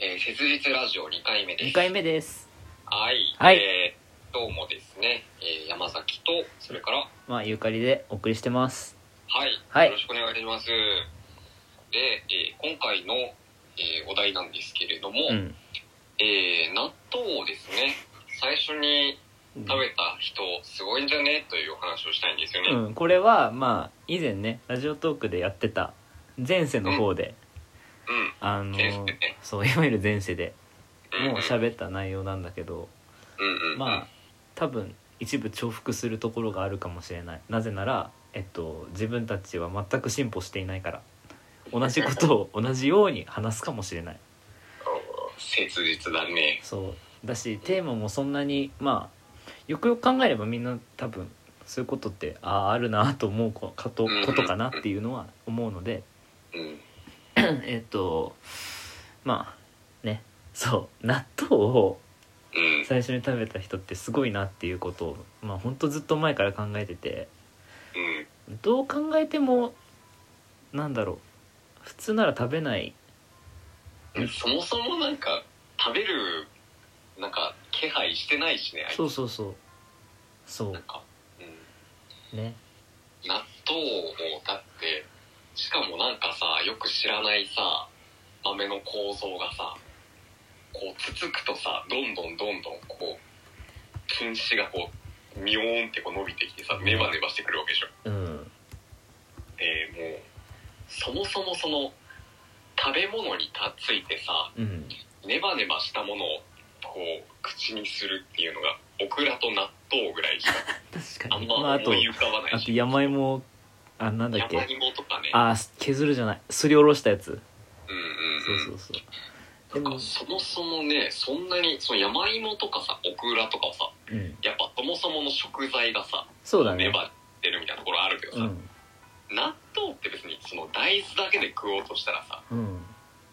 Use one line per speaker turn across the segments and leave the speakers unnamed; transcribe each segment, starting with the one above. えー、切実ラジオ2回目で
2
す。
回目です。
はい。
はい
えーどうもですね、えー山崎と、それから、は
まあ、ゆかりでお送りしてます。
い。
はい
よろしくお願いいたします。で、えー今回の、えーお題なんですけれども、
うん。
えー納豆をですね、最初に食べた人、すごいんじゃねというお話をしたいんですよね。
うん、これは、まあ、以前ね、ラジオトークでやってた、前世の方で、
うん。
あの
前世ね、
そう、いわゆる前世で
うん
もう喋った内容なんだけど、
うんうんうん。
まあ、多分、一部重複するところがあるかもしれない。なぜなら、えっと、自分たちは全く進歩していないから、同じことを同じように話すかもしれない。
おー切実だね。
そうだしテーマもそんなにまあよくよく考えればみんな多分そういうことってあああるなと思うこか
う
と
ん
ことかなっていうのは思うので
うん。
えっとまあねそう納豆を
うん。
最初に食べた人ってすごいなっていうことをまあほんとずっと前から考えてて
うん。
どう考えてもなんだろう普通なら食べない
うんそもそもなんか食べるなんか気配してないしねあいつ
そうそうそうそ
なんか、うん、
うね
納豆をだってしかもなんかさよく知らないさ豆の構造がさこうつつくとさどんどんどんどんこう菌糸がこうミョーンってこう伸びてきてさネバネバしてくるわけでしょ
うん
えーもうそもそもその食べ物にたついてさ、
うん
ネバネバしたものをこう口にするっていうのがオクラと納豆ぐらいしか
確
あ
か
ん
に
ま
あと
思い浮かばな
あ
い
と
し、
山芋あなんだっ
山
け
芋とかね
あ削るじゃないすりおろしたやつ
うん
そう
うん
そううそうで
んなん
も
かそもそもねそんなにその山芋とかさオクラとかはさ
うん
やっぱそもそもの食材がさ
そうだ
ネ
ね
バってるみたいなところあるけど
う
さ、
ん
納豆って別にその大豆だけで食おうとしたらさ
うん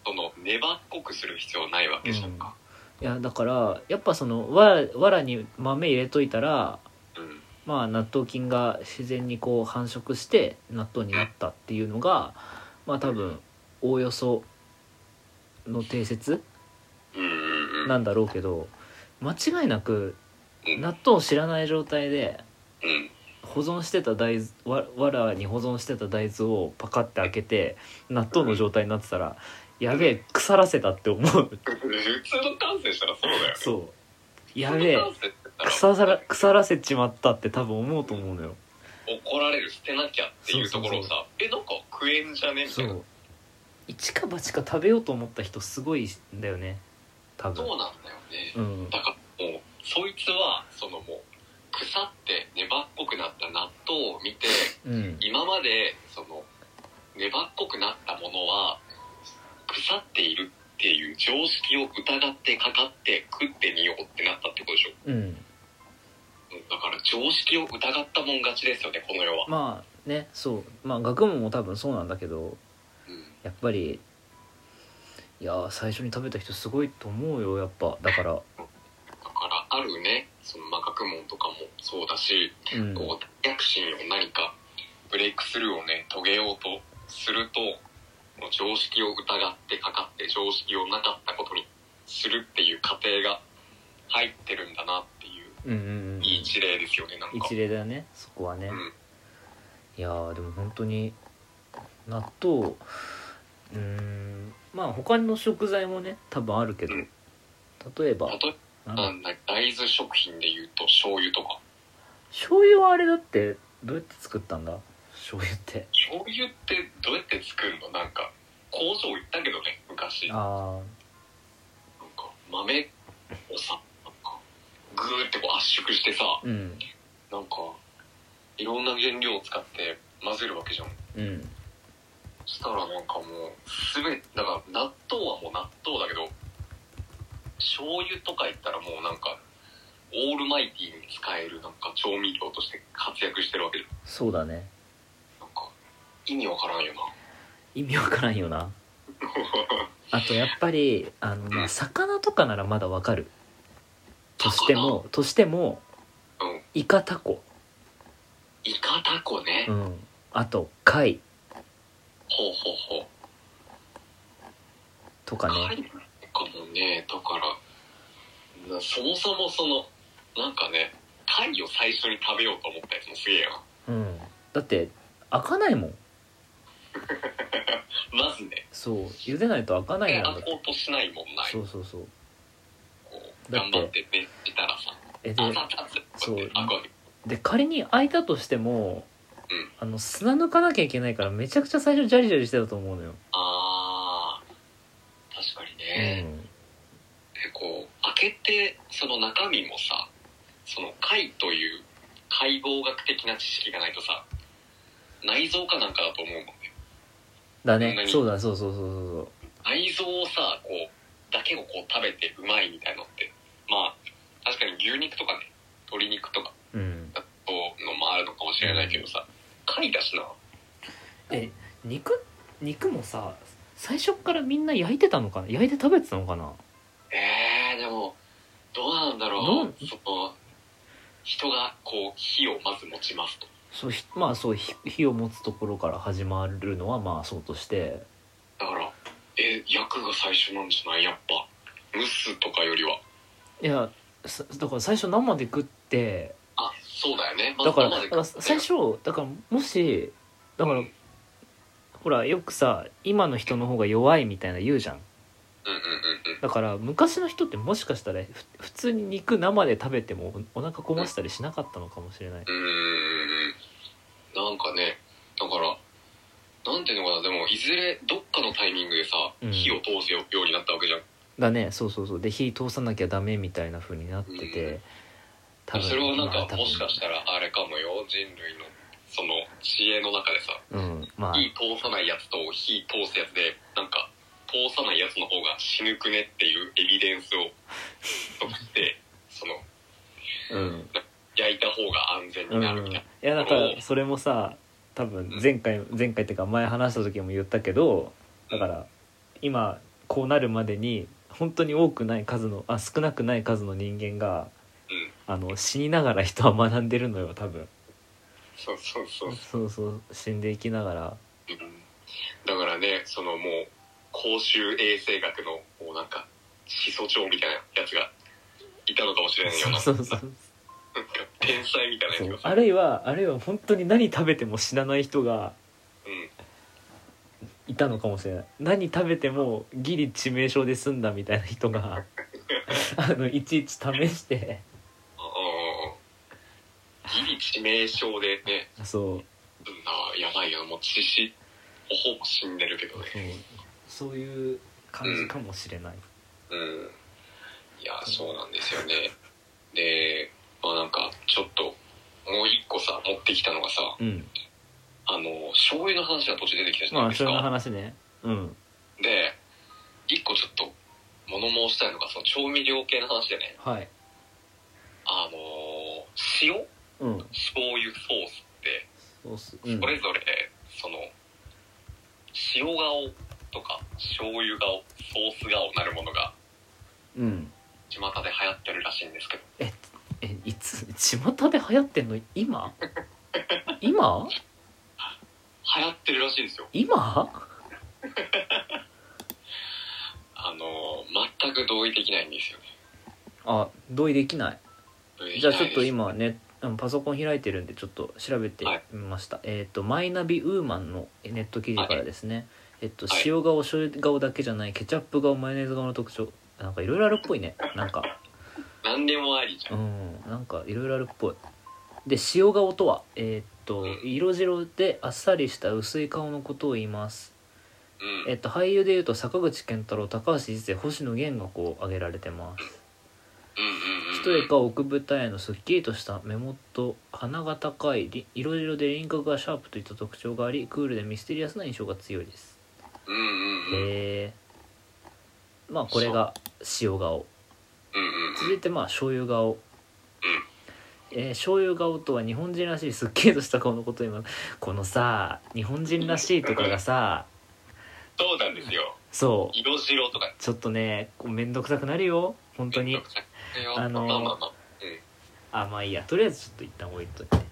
そのネバっこくする必要ないわけじゃんか
いやだからやっぱそのわわらに豆入れといたら
うん
まあ納豆菌が自然にこう繁殖して納豆になったっていうのがまあ多分おおよその定説
うんうんうん
なんだろうけど間違いなく
うん
納豆を知らない状態で
うん
保存してた大豆わわらに保存してた大豆をパカッて開けて納豆の状態になってたらやべえ腐らせたって思う
普通の感性したらそうだよね
そうやべえ腐ら腐らせちまったって多分思うと思うのよ
怒られる捨てなきゃっていうところをさえなんか食えんじゃねみた
そ
いな
う一か八か食べようと思った人すごいんだよね多
そ
分
うなんだよね、
うん
だからもうそいつはそのもう腐って粘っこくなった納豆を見て
うん
今までその粘っこくなったものは腐っているっていう常識を疑ってかかって食ってみようってなったってことでしょ
うん
もうだから常識を疑ったもん勝ちですよねこの世は、
まあねそうまあ学問も多分そうなんだけど
うん
やっぱりいやー最初に食べた人すごいと思うよやっぱだから
だからあるねそのまあ学問とかもそうだし、
うん
こう躍進を何かブレイクスルーをね遂げようとするともう常識を疑ってかかって常識をなかったことにするっていう過程が入ってるんだなっていう
うんうんうん
いい事例ですよねなんか
一。例だよねそこはね、
うん
いやーでも本当に納豆うーんまあ他の食材もね多分あるけど、
うん
例えば
例え
なん
ば
だ
なんだ大豆食品でいうと醤油とか
醤油はあれだってどうやって作ったんだ醤油って
醤油ってどうやって作るのなんか工場行ったけどね昔
あ
なんか豆をさなんかグーってこう圧縮してさ
あうん
なんかいろんな原料を使って混ぜるわけじゃん
うん
そしたらなんかもう全てだから納豆はもう納豆だけど醤油とか言ったらもうなんかオールマイティーに使えるなんか調味料として活躍してるわけじゃ
そうだね
んなんか意味わからん よな
意味わからんよなあとやっぱりあの、ま
う
あ、
ん
魚とかならまだわかるとしてもとしても
うん
イカタコ、
イカタコね、
うん、あと貝
ほうほうほう
とかね
貝なんかもうねだからなそもそもそのなんかね貝を最初に食べようと思ったやつもすげえよ
うん、だって開かないもん
なまずね
そう茹でないと開かない
開
もんだって
こうとしないもんない
そうそうそう
こう
だっ
頑
て
張ってねいたらさ
えで
あたたつ
そう
こうやって開くわけ
で仮に開いたとしても
うん
あの砂抜かなきゃいけないからめちゃくちゃ最初ジャリジャリしてたと思うのよ、
あー確かにね、でこう開けてその中身もさその貝という解剖学的な知識がないとさ内臓かなんかだと思うもんね
だ
そんな
ね
に
そうだそうそうそうそうそう
内臓をさこうだけをこう食べてうまいみたいなのってまあ確かに牛肉とかね鶏肉とか
うん
そういうのもあるのかもしれないけどさ貝だしな
え肉肉もさ最初からみんな焼いてたのかな焼いて食べてたのかな
えー、でもどうなんだろう
どう
その人がこう火をまず持ちますと
そうひまあそうひ火を持つところから始まるのはまあそうとして
だからえ役が最初なんじゃないやっぱ蒸すとかよりはい
やさだから最初生で食って
あそうだよね、まあ
だから
生
だ
で
から最初だからもしだから
うん
ほらよくさ今の人の方が弱いみたいな言うじゃん
うんうんうんうん
だから昔の人ってもしかしたらふ普通に肉生で食べてもおお腹壊したりしなかったのかもしれないう
ーんなんかねだからなんていうのかなでもいずれどっかのタイミングでさ、
うん
火を通すようになったわけじゃん
だねそうそうそうで火通さなきゃダメみたいな風になって
う
て
それはなん
まあ
か
多分
もしかしたらあれかもよ人類のその知恵の中でさ
うんまあ
火通さないやつと火通すやつでなんか通さないやつの方が死ぬくねっていうエビデンスを取って その
うん
焼いた方が安全に
うん
なるみ
い
たい
やだからそれもさ多分前回前回っていうか前話した時も言ったけどだから今こうなるまでに本当に多くない数のあ少なくない数の人間が
な、うん、
あの死にながら人は学んでるのよ多分
そうそうそう
そうそう死んでいきながら
だからねそのもう公衆衛生学のもうなんか始祖長みたいなやつがいたのかもしれないような
そうそうそう
なんか天才みたいなやつ
そ
が
う
さ
あるいはあるいは本当に何食べても死なない人が
うん
いたのかもしれない何食べてもギリ致命傷で済んだみたいな 人があのいちいち試して
ああギリ致命傷でね
そう
うんあやばいよもう致死ほぼ死んでるけどね
そうそういう感じかもしれない、
うんいやそうなんですよねでまあなんかちょっともう一個さ持ってきたのがさ
うん、
あの醤油の話が途中出てきたじゃ
ま
ない
あ
です
そ
か、
れの話ねうん
で一個ちょっと物申したいのがその調味料系の話でね
はい
あのー塩
うん
そういうソースって
そうっす、うん
そ、れぞれその塩顔とか醤油顔ソース顔なるものが
うん、
巷で流行ってるらしいんですけど
えいつ巷で流行ってんの今今
流行ってるらしいんですよ
今
あのー全く同意できないんですよね
あ同意できない
同意でき
じ
な
ゃ
いで
あ
す
ちょっと今ねうんパソコン開いてるんでちょっと調べてみました、えっ、とマイナビウーマンのネット記事からですね、えっと
はい
塩顔醤油顔だけじゃないケチャップ顔マヨネーズ顔の特徴なんかいろいろあるっぽいねなんか
何でもありじゃん
うんなんかいろいろあるっぽいで塩顔とはえーっと
うん
色白であっさりした薄い顔のことを言います
うん
えっと俳優でいうと坂口健太郎高橋一生星野源がこう挙げられてます
うん
一
うんうん
重か奥舞台のすっきりとした目元鼻が高いり色白で輪郭がシャープといった特徴がありクールでミステリアスな印象が強いです
うんうんうん
へえまあこれが塩顔
うんうん
続いてまあ醤油顔、えー醤油顔とは日本人らしいすっきりとした顔のことを言いますこのさ日本人らしいところがさ
そうなんですよ
そう
色白とか
ちょっとねこう面倒くさくなるよ本当に
めんどくさいよ
あのー
まあまあまあ
あまあいいやとりあえずちょっと一旦置いといて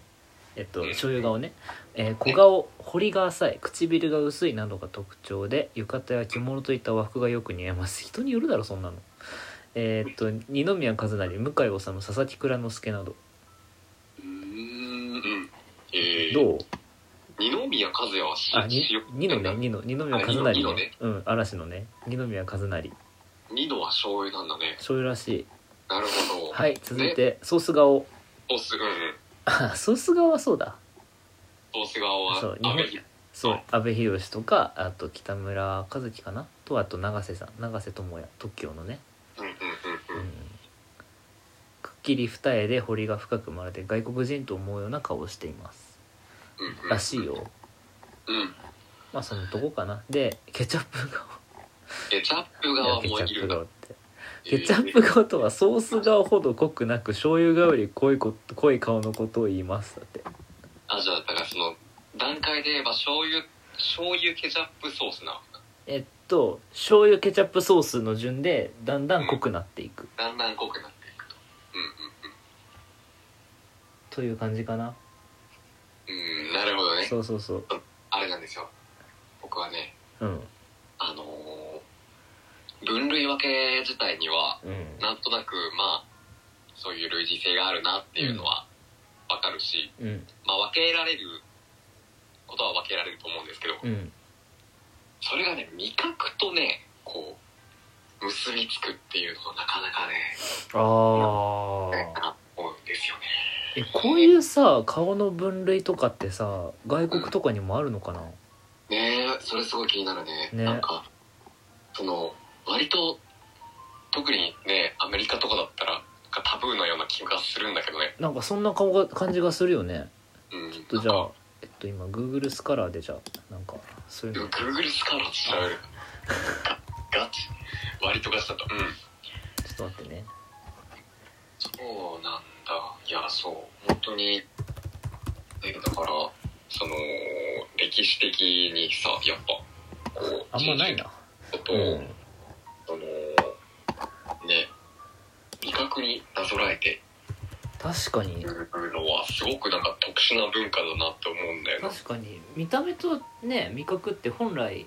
えっと、醤油顔ね、えー小顔彫りが浅い唇が薄いなどが特徴で浴衣や着物といった和服がよく似合います人によるだろそんなのえーっと二宮和也向井理佐々木蔵之介など
うーんうんえー、
どう
二宮和也はし
あに
し
二のね
なんだ
二の二宮和
あ二
也
の
ね
ね
うん嵐のね二宮和也
二のは醤油なんだね
醤油らしい
なるほど
はい続いてソース顔
ソースうんうん
あソース顔はそうだ
ソース側は
そう日本
阿部寛
そう阿部寛とかあと北村和樹かなとあと永瀬さん永瀬智也 TOKIO のね
うんうんうんうん
くっきり二重で彫りが深くまるで外国人と思うような顔をしています
うんうん
らしいよ
うん
まあそのとこかなでケチャップ
ケチャップ
顔
側
ケチ
もい
ャップ
るな
顔ってケチャップ顔とはソース顔ほど濃くなく醤油顔より濃いこ濃い顔のことを言いますだって
あじゃあだからその段階で言えば醤油醤油ケチャップソースなのか
えっと醤油ケチャップソースの順でだんだん濃くなっていく
なだんだん濃くなっていくとう
という感じかな、
んうんうんうんなるほどね
そうそうそう
あれなんですよ僕はね
うん
あのー分類分け自体には
うん
なんとなくまあそういう類似性があるなっていうのはわかるし、
うん
まあ、分けられることは分けられると思うんですけど
うん
それがね味覚とねこう結びつくっていうのがなかなかね
あ
ない
あ
なと思うんですよね
えこういうさ顔の分類とかってさ外国とかにもあるのかな
ねえそれすごい気になるね
ね
なんかその割と特にねアメリカとかだったらなんかタブーのような気がするんだけどね
なんかそんな顔が感じがするよね
うん
ちょっとじゃあえっと今 Google スカラーでじゃあなんかそういう
グ
の
ーグルスカラーって調べるガガチ割とガチだったうん
ちょっと待ってね
そうなんだいやそう本当にえだからその歴史的にさやっぱこう
あんまないな
こと
う
を、
ん
そのね味覚になぞらえて
確かに
るのはすごくなんか特殊な文化だなって思うんだよな、うん、
確かに見た目とね味覚って本来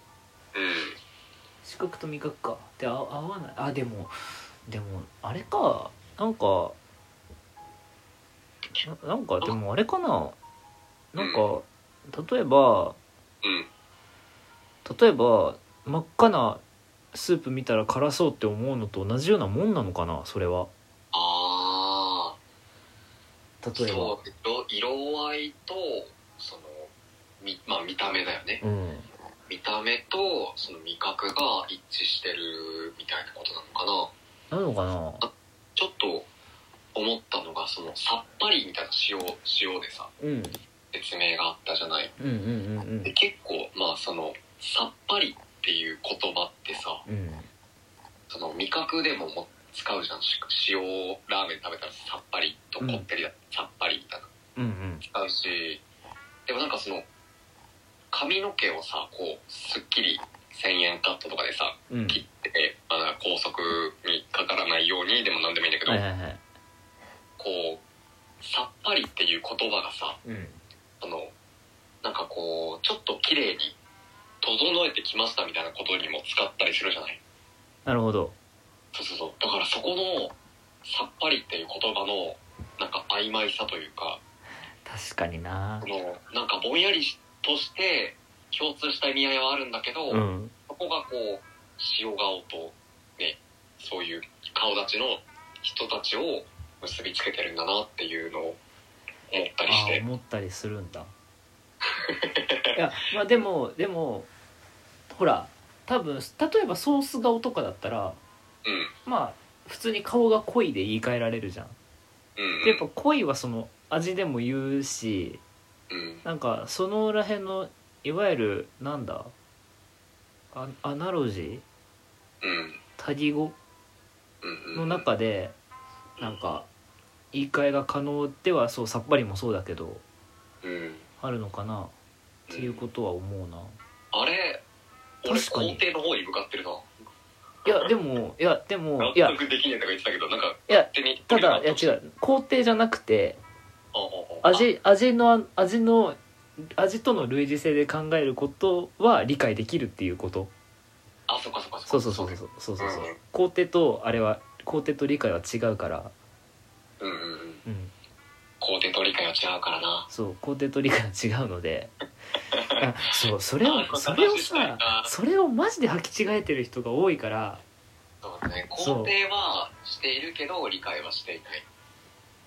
視覚と味覚かであ合わないあでもでもあれかなんかななんかでもあれかななんか例えば
うん
例えば真っ赤なスープ見たら辛そうって思うのと同じようなもんなのかなそれは
ああ
例えば
そう色色合いとそのみまあ見た目だよね
うん
見た目とその味覚が一致してるみたいなことなのかな
なのかな
ちょっと思ったのがそのさっぱりみたいな塩塩でさ
うん
説明があったじゃない
うんうんうん
で結構まあそのさっぱりっていう言葉ってさ
うんうん
その味覚でもも使うじゃんし塩ラーメン食べたらさっぱりとこってりだ、さっぱりみたいな
うんうん
使うしでもなんかその髪の毛をさこうすっきり1000円カットとかでさ
うん
切って、まあ、高速にかからないようにでもなんでもいいんだけど、
はいはいはい
こうさっぱりっていう言葉がさ
うん
そのなんかこうちょっと綺麗に整えてきましたみたいなことにも使ったりするじゃない
なるほど
そうそうそうだからそこのさっぱりっていう言葉のなんか曖昧さというか
確かにな
このなんかぼんやりとして共通した意味合いはあるんだけど、
うん
そこがこう塩顔とねそういう顔立ちの人たちを結びつけてるんだなっていうのを思ったりし
ああ
て
思ったりするんだ いやまあでもでもほら多分例えばソース顔とかだったらまあ普通に顔が濃いで言い換えられるじゃん
うんうん
でやっぱ濃いはその味でも言うし
うん
なんかそのらへんのいわゆるなんだアアナロジー
うん
多義語
うん
の中でなんか言い換えが可能ではそうさっぱりもそうだけど
うん
あるのかなっていうことは思うな。
あれ俺
確かに
皇帝の方に向かってるない
やでもいやでも
納
いや
得できねえとか言ってたけどなんか
いや
勝手に
ただいや違
う
う肯定じゃなくて
ああああ
味味の味の味との類似性で考えることは理解できるっていうこと
あそっかそっかそっか
そうそうそうそうそうそうそう
うん
肯定とあれは肯定と理解は違うから
うんうんうん
うん
肯定と理解は違うからな
そう肯定と理解は違うのであそうそれ
あー
をそれ
こんな
を
話し
さ
たいな
それをマジで履き違えてる人が多いから
そうだね
そう
肯定はしているけど理解はしていない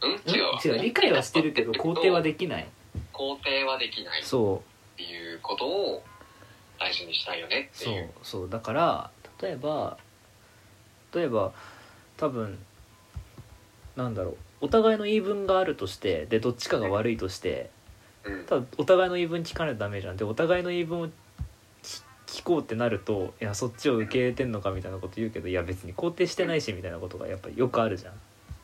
うん
ん
違うわ
違う理解はして るけど肯定はできない
肯定はできないっ
そう
ていうことを大事にしたいよねって
そ
いう
うそうだから例えば例えば多分なんだろうお互いの言い分があるとしてでどっちかが悪いとして
うん
ただお互いの言い分聞かないとダメじゃんでお互いの言い分を聞聞こうってなるといやそっちを受け入れてんのかみたいなこと言うけどいや別に肯定してないしみたいなことがやっぱりよくあるじゃん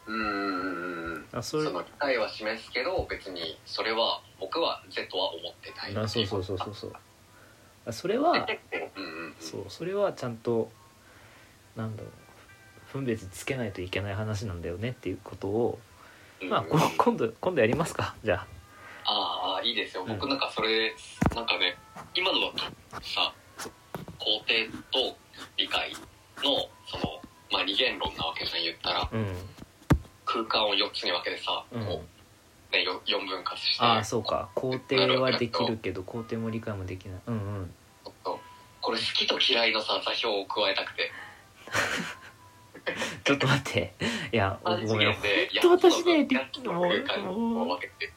うんうんうんうん
あそ
そ
れ
の理解は示すけど別にそれは僕は Z は思ってない
あそうそうそうそうそうあそれ
で
は
結構うんうんうん
そうそれはちゃんとなんだろう分別つけないといけない話なんだよねっていうことを
うん
まあこ 今度今度やりますかじゃ
ああいいですよ
う
僕
ん
なんかそれ、なんかね今のだとさ肯定と理解のそのまあ二元論なわけじゃん言ったら
あうん
空間を4つに分けてさ、
うん
こうねよ4分割して
ああそうか肯定はできるけ ど肯定も理解もできないうんうん
ちょっとこれ好きと嫌いのさ座標を加えたくて
ちょっと待っていやお
3
ご
次
めん
元で
ほんと
8
私ね
つの8つの空間を分けて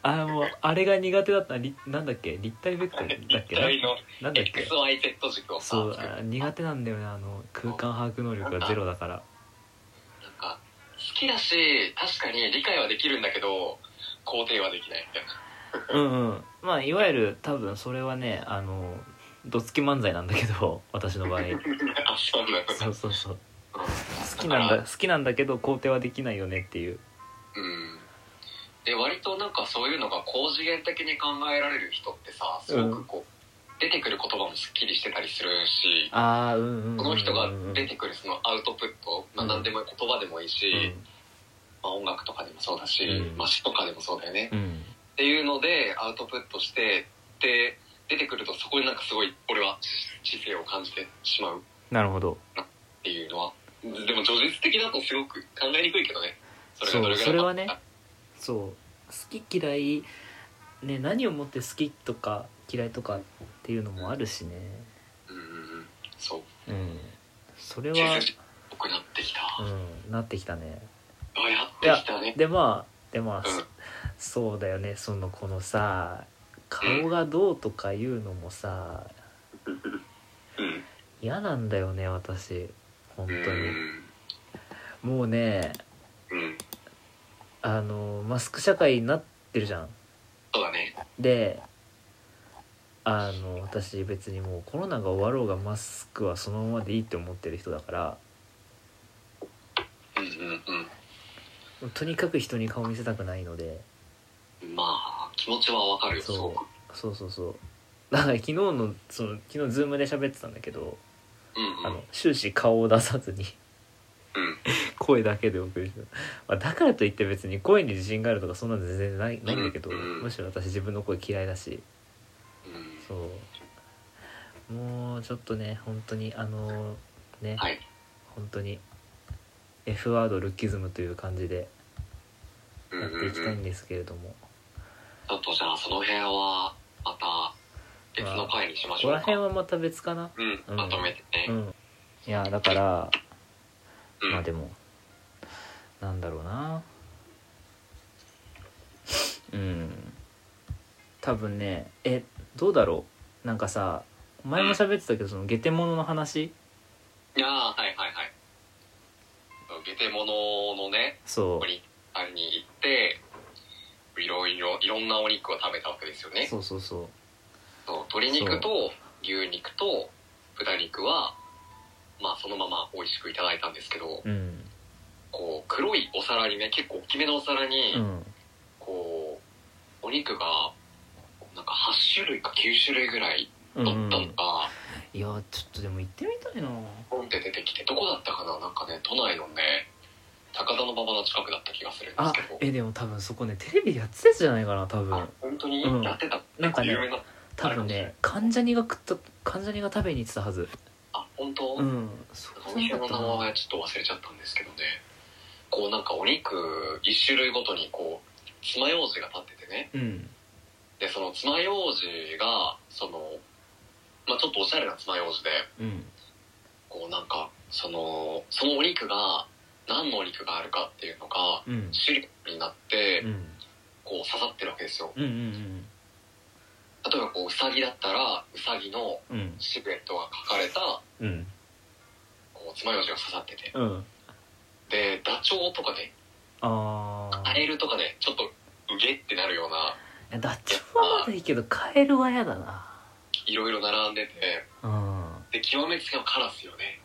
あもうあれが苦手だったりなんだっけ立体ベクトルだっ
立
けな
体の
なんだっけ
XYZ 軸をさ
そう
作る
あ苦手なんだよねあの空間把握能力がゼロだから
なんか好きだし確かに理解はできるんだけど肯定はできないみたいな
うんうんまあいわゆる多分それはねあのどつき漫才なんだけど 私の場合
あそうなの
そうそうそう
好
好きなんだ好きなんだけど肯定はできないよねっていう
うんで割となんかそういうのが高次元的に考えられる人ってさすごくこう、出てくる言葉もすっきりしてたりするし
ああうんうんうんうん
この人が出てくるそのアウトプット、まあ、
うん
何でも言葉でもいいし、
う
まあ、音楽とかでもそうだし、
うん
まあ、詩とかでもそうだよね、
んうん
っていうのでアウトプットしてで出てくるとそこになんかすごい俺は知知性を感じてしまうっ
なるほど
ていうのはでも叙述的だとすごく考えにくいけどねそれがど
そう
れ
そ
ぐ
れ
らい
はねそう好き嫌いね何をもって好きとか嫌いとかっていうのもあるしね
うんうんうんそう
うんそれは
9筋っぽくなってきた、
うんなってきたね
あやってきたね
でまあでまあ、
うん
そうだよねそのこのさ顔がどうとかいうのもさ
うん
嫌なんだよね私本当
う
に
ん
もうね
うん
あのマスク社会になってるじゃん
そうだね
であの私別にもうコロナが終わろうがマスクはそのままでいいって思ってる人だから
うんうん
とにかく人に顔見せたくないので
うんまあ気持ちはわかるよす
そう
ごく
そうそうそうだから昨日のその昨日ズームで喋ってたんだけど、
うん
あ
うん
の終始顔を出さず
う
に
ん
声だけで送る人、まあ、だからといって別に声に自信があるとかそんなの全然ないないんだけど、
うんうん
むしろ私自分の声嫌いだし
うん
そうもうちょっとね本当にあのね、
はい
本当に F ワードルッキズムという感じで
うん
やっ
うん
ていき
う
たい
ん
んですけれども、
ちょっとじゃあその辺はまた別の回にしまし
ここ
ょう
ら
か。
辺はまた別かな
うん、まとめて
う
ね。
んいやだから
うん、
まあでもなんだろうなうん多分ねえどうだろうなんかさ前も喋ってたけどそのゲテモノの話
いやーはいはいはい。下手者のね、
そ
お肉あれに行って、いろいろ、いろんなお肉を食べたわけですよ
う
ね。
そうそうそう
そう鶏肉と牛肉と豚肉は、まあそのまま美味しくいただいたんですけど、
うん
こう、黒いお皿にね、結構大きめのお皿に、
うん
こう、お肉が、なんか8種類か9種類ぐらい
うん
だっ
う
たの
ん
が、
いやちょっとでも行ってみたいな
ポンって出てきてどこだったかななんかね都内のね高田馬場の近くだった気がするんです
あ
けど
えでも多分そこねテレビやってたやつじゃないかな多分
あ本当に
うん
やってた、
なんかね
有名な
多分ね患者にが食った患者にが食べに行ってたはず
あ本当、
うんそ
お
う
店
だ
の
った
名
な
前はちょっと忘れちゃったんですけどねこうなんかお肉一種類ごとにこう爪楊枝が立っててね
うん
でその爪楊枝がその、まあ、ちょっとおしゃれな爪楊枝で
うん
こうなんかそのそのお肉が何のお肉があるかっていうのが
うん
種類になって
うん
こう刺さってるわけですよ
うんうん
例えばこうウサギだったらウサギの
うんうん
シルエットが描かれた
うん
こう爪楊枝が刺さってて
うん
でダチョウとかね
あ
カエルとかねちょっとうげってなるような
あダチョウまでいいけどカエルは嫌だない
ろいろ並んでて
う
で極めつけはカラスよね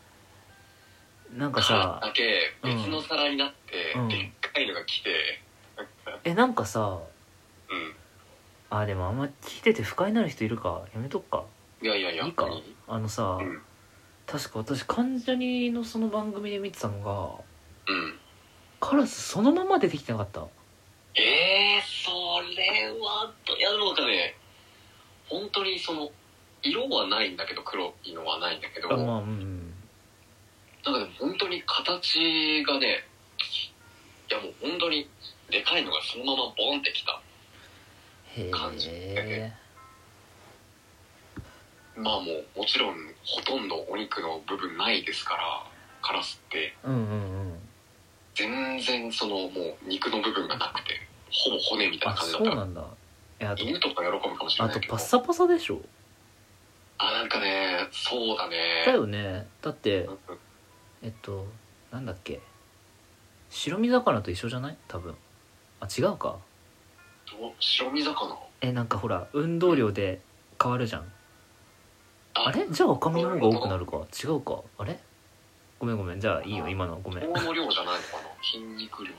んなん
カ
か
ラ
さ
スだけ別の皿になって、
うん
でっかいのが来て
えなんかさ
うん
あでもあんま聞いてて不快になる人いるかやめとくか
いやいやいや
いいか
うん
あのさ
うん
確か私関ジャニのその番組で見てたの
うん
がカラスそのまま出てきてなかった
えー、それはどいやでもなんかね本当にその色はないんだけど黒いのはないんだけど
あ
なんか
まあうん
でも本当に形がねいやもう本当にでかいのがそのままボンってきた
へ
感じ
え
まあもうもちろんほとんどお肉の部分ないですからカラスって
うんうんうん
全然そのもう肉の部分がなくてほぼ骨みたい
あ
な感じだ
そ
っ
う
たら
なんだえあと
犬とか喜ぶかもしれ
あ
ない
と
けど
パッサパサでしょ
あなんかねそうだね
だよねだって
うんうん
えっとなんだっけ白身魚と一緒じゃない多分あ違うか
ど白身魚
えなんかほら運動量で変わるじゃんあれじゃあ赤身の方が多くなるか違うかあれごめんごめんじゃあいいよ今のはごめん
糖の量じゃないのかな筋肉量と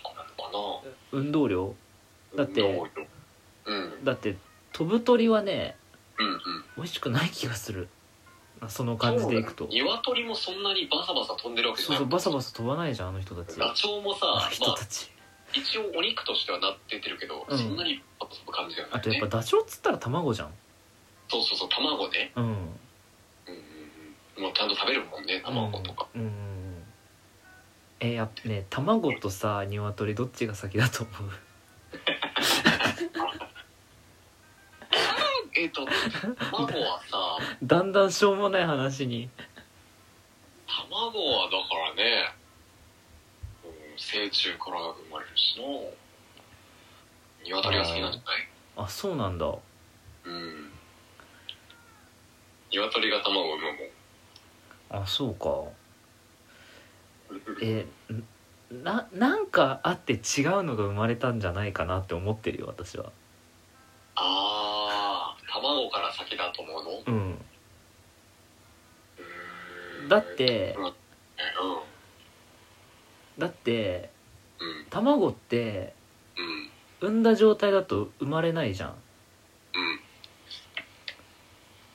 かなのか
運動量
な
だって
運動量うんうん
だって飛ぶ鳥はね
うん
美味しくない気がするあその感じでいくと
鶏もそんなにバサバサ飛んでるわけじゃ
そう
ない
そうバサバサ飛ばないじゃんあの人たち
ダ
あ
チョウもさ、ま
の人
あ
た、ち
一応お肉としてはなっててるけど、
うん
そんなにバサバサ感じだよね
あとやっぱダチョウっつったら卵じゃん
そうそうそう卵ね
うん
うんうんうんもうちゃんと食べるもんね卵とか、
うんうんえやっぱね卵とさ鶏どっちが先だと思う
えっ、と卵はさ
だんだんしょうもない話に
卵はだからね、うん、成虫から生まれるしの鶏が好きなんじゃない
あそうなんだ
うん鶏が卵を産むもん
あそうかえんななんかあって違うのが生まれたんじゃないかなって思ってるよ私は
ああ卵から先だと思うのう
うん
ーん
だって
う
だって
んうん
卵って
うん
産んだ状態だと生まれないじゃん
うん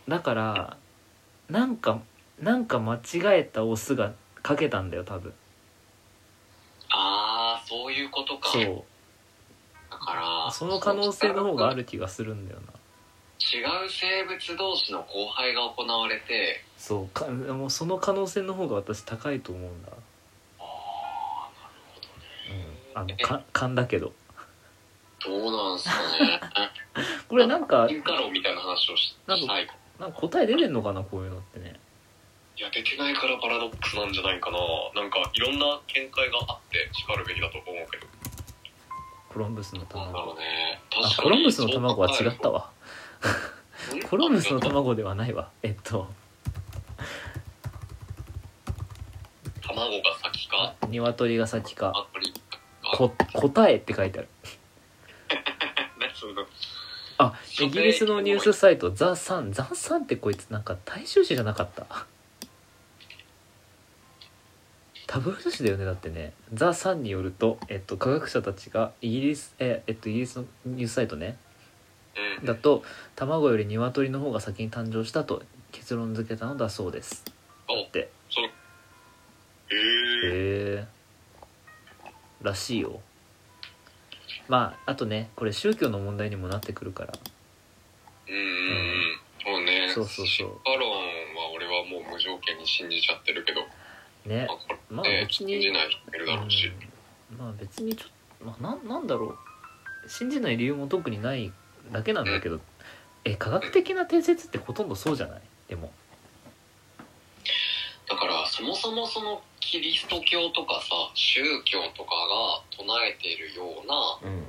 だからなんかなんか間違えたオスがかけたんだよ多分
ああそういうことか
そ
だから
うその可能性の方がある気がするんだよな
違う生物同士の交配が行われて
そうかもうその可能性の方が私高いと思うんだ、
ああなるほどね
うん、あのか勘だけど
どうなんすか ね
これなんか
進化論みたいな話をし
なんか
したいか
なんか答え出てんのかなこういうのってね
いや出てないからパラドックスなんじゃないかななんかいろんな見解があってしかるべきだと思うけど
コロンブスの
なんだろ
卵
うね
あ
確かに
コロンブスの卵は違った
わ
わコロンブスの卵ではないわえっと
卵が先か
鶏が先か
あこれ
こ答えって書いてある
何その
あイギリスのニュースサイトザ・サンザ・サンってこいつなんか大衆紙じゃなかったタブロイド紙だよねだってねザ・サンによると、えっと、科学者たちがイギリスえ、えっと、イギリスのニュースサイトね
うん
だと卵より鶏の方が先に誕生したと結論付けたのだそうです
お
って
へえ
へえらしいよまああとねこれ宗教の問題にもなってくるから
うんうんうんもうね
そうそうそう
アロンは俺はもう無条件に信じちゃってるけど、
ね
まあ、こ
まあ
れ、ね、
別
信
に
じない人もいるだろうし、
うんまあ別にちょっと、まあ、なんなんだろう信じない理由も特にないだけなんだけどえ科学的な定説ってほとんどそうじゃないでも
だからそもそもそのキリスト教とかさ宗教とかが唱えているような
うん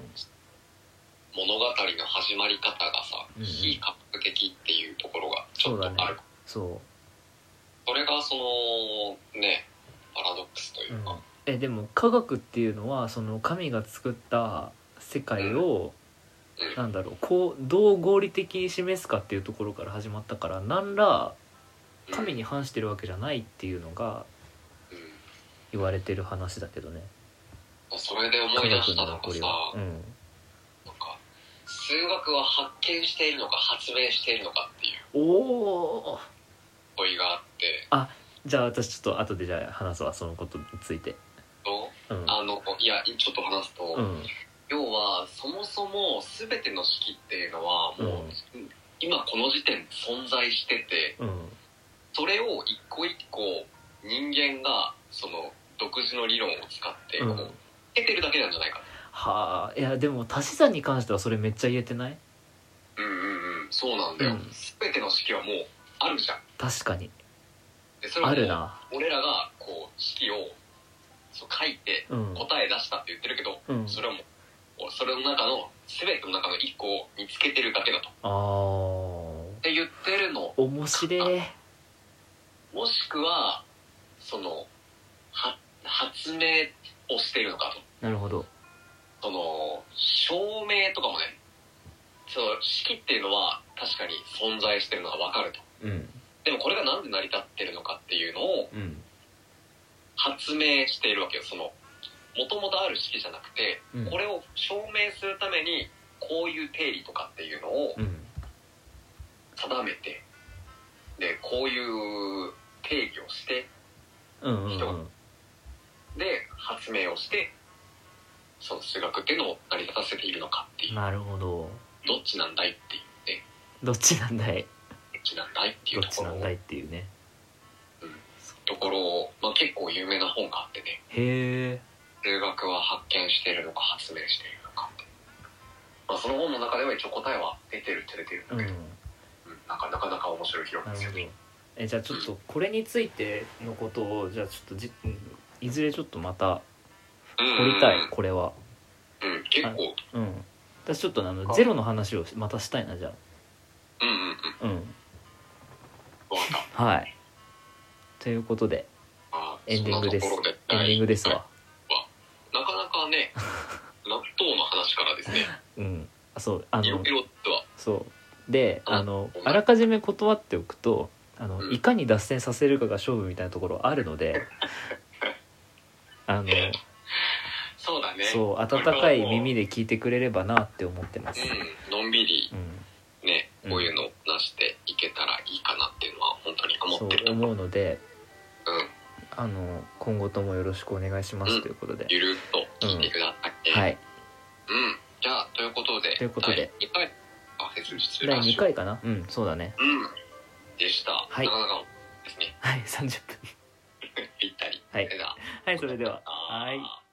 物語の始まり方がさ、
うん
非科学的っていうところがちょっとある
そう
そ,、
だねそ、
れがそのねパラドックスという
う
うんか、、
えでも科学っていうのはその神が作った世界
う
を、
ん
なんだろうこうどう合理的に示すかっていうところから始まったから何ら
うん
神に反してるわけじゃないっていうのが
うん
言われてる話だけどね
それで思
科
い出
学
した
の
のがさ、
残りは。うん
なんか数学は発見しているのか発明しているのかっていう
おー
問いがあって
じゃあ私ちょっと後でじゃあ話すわそのことについて
どう
うん
あのいやちょっと話すと、
うん
要はそもそも全ての式っていうのはもう、今この時点で存在してて
うん
それを一個一個人間がその独自の理論を使って
う
こ
ん
う得てるだけなんじゃないか
はあいやでも足し算に関してはそれめっちゃ言えてない
うんうんうんそうなんだよ、
うん
全ての式はもうあるじゃん
確かに
でそれはも
あ
う
るな
俺らがこう式をそう書いて
うん
答え出したって言ってるけど、
うん
それはもうそれの中の全ての中の1個を見つけてるだけだとっ
あー
て言ってるの
面白い
もしくはそのは発明をしているのか
なるほど
とその証明とかもねその式っていうのは確かに存在してるのが分かると
うん
でもこれが何で成り立ってるのかっていうのを
うん
発明しているわけよそのもともとある式じゃなくて
うん
これを証明するためにこういう定理とかっていうのを
うん
定めてでこういう定義をして
うんうんうん
で発明をしてその数学っていうのを成り立たせているのかっていう
なるほど
どっちなんだいっていうね
どっちなんだい
どっちなんだいってい
ど
う
っ
と
ち
こ
な
ろ
んだいっていうね
ところを、まあ、結構有名な本があってね
へえ
数学は発見しているのか発明しているのかって、まあ、その本の中では一応答えは出てるって出てるんだ
うん
け
な
ど、うんなんかなかなか面白い広い
る
で
ほ
す
ど
よね
えじゃあちょっとこれについてのことをじゃあちょっとじうんいずれちょっとまた掘りたいこれは
うん、うん、結構
うん私ちょっとあの
あ
ゼロの話をまたしたいなじゃ
うんうんうん
あうん
わかった
はいということで
あ
エンディングです
そんなところ
エンディングです
はい
わ
なかなかね、納豆の話からですね、
うんあそう あ
いろ
の
いろとは、
そうで
あ
あの
ごめん
あらかじめ断っておくとあの、
うん
いかに脱線させるかが勝負みたいなところある のであの
そうだね。
そう温かい耳で聞いてくれればなって思ってます、
うん、のんびり
うん、
ね
う、ん
こういうのを出していけたらいいかなっていうのは、本当に
そ
思ってる
う
と思う。
思うので
うん、
あの今後ともよろしくお願いしま
う
す
ん
ということで、
ゆるっと聞いてください、。
はいい
うん、じゃあ、ということで、
ということで
第2回、あ、切実
第
ラジ
2
オ。
回かなうんそうだね
うん、でした。
はい
なかなかですね、
はい30分
ぴったり。
はい
それでは
はいそれでははい。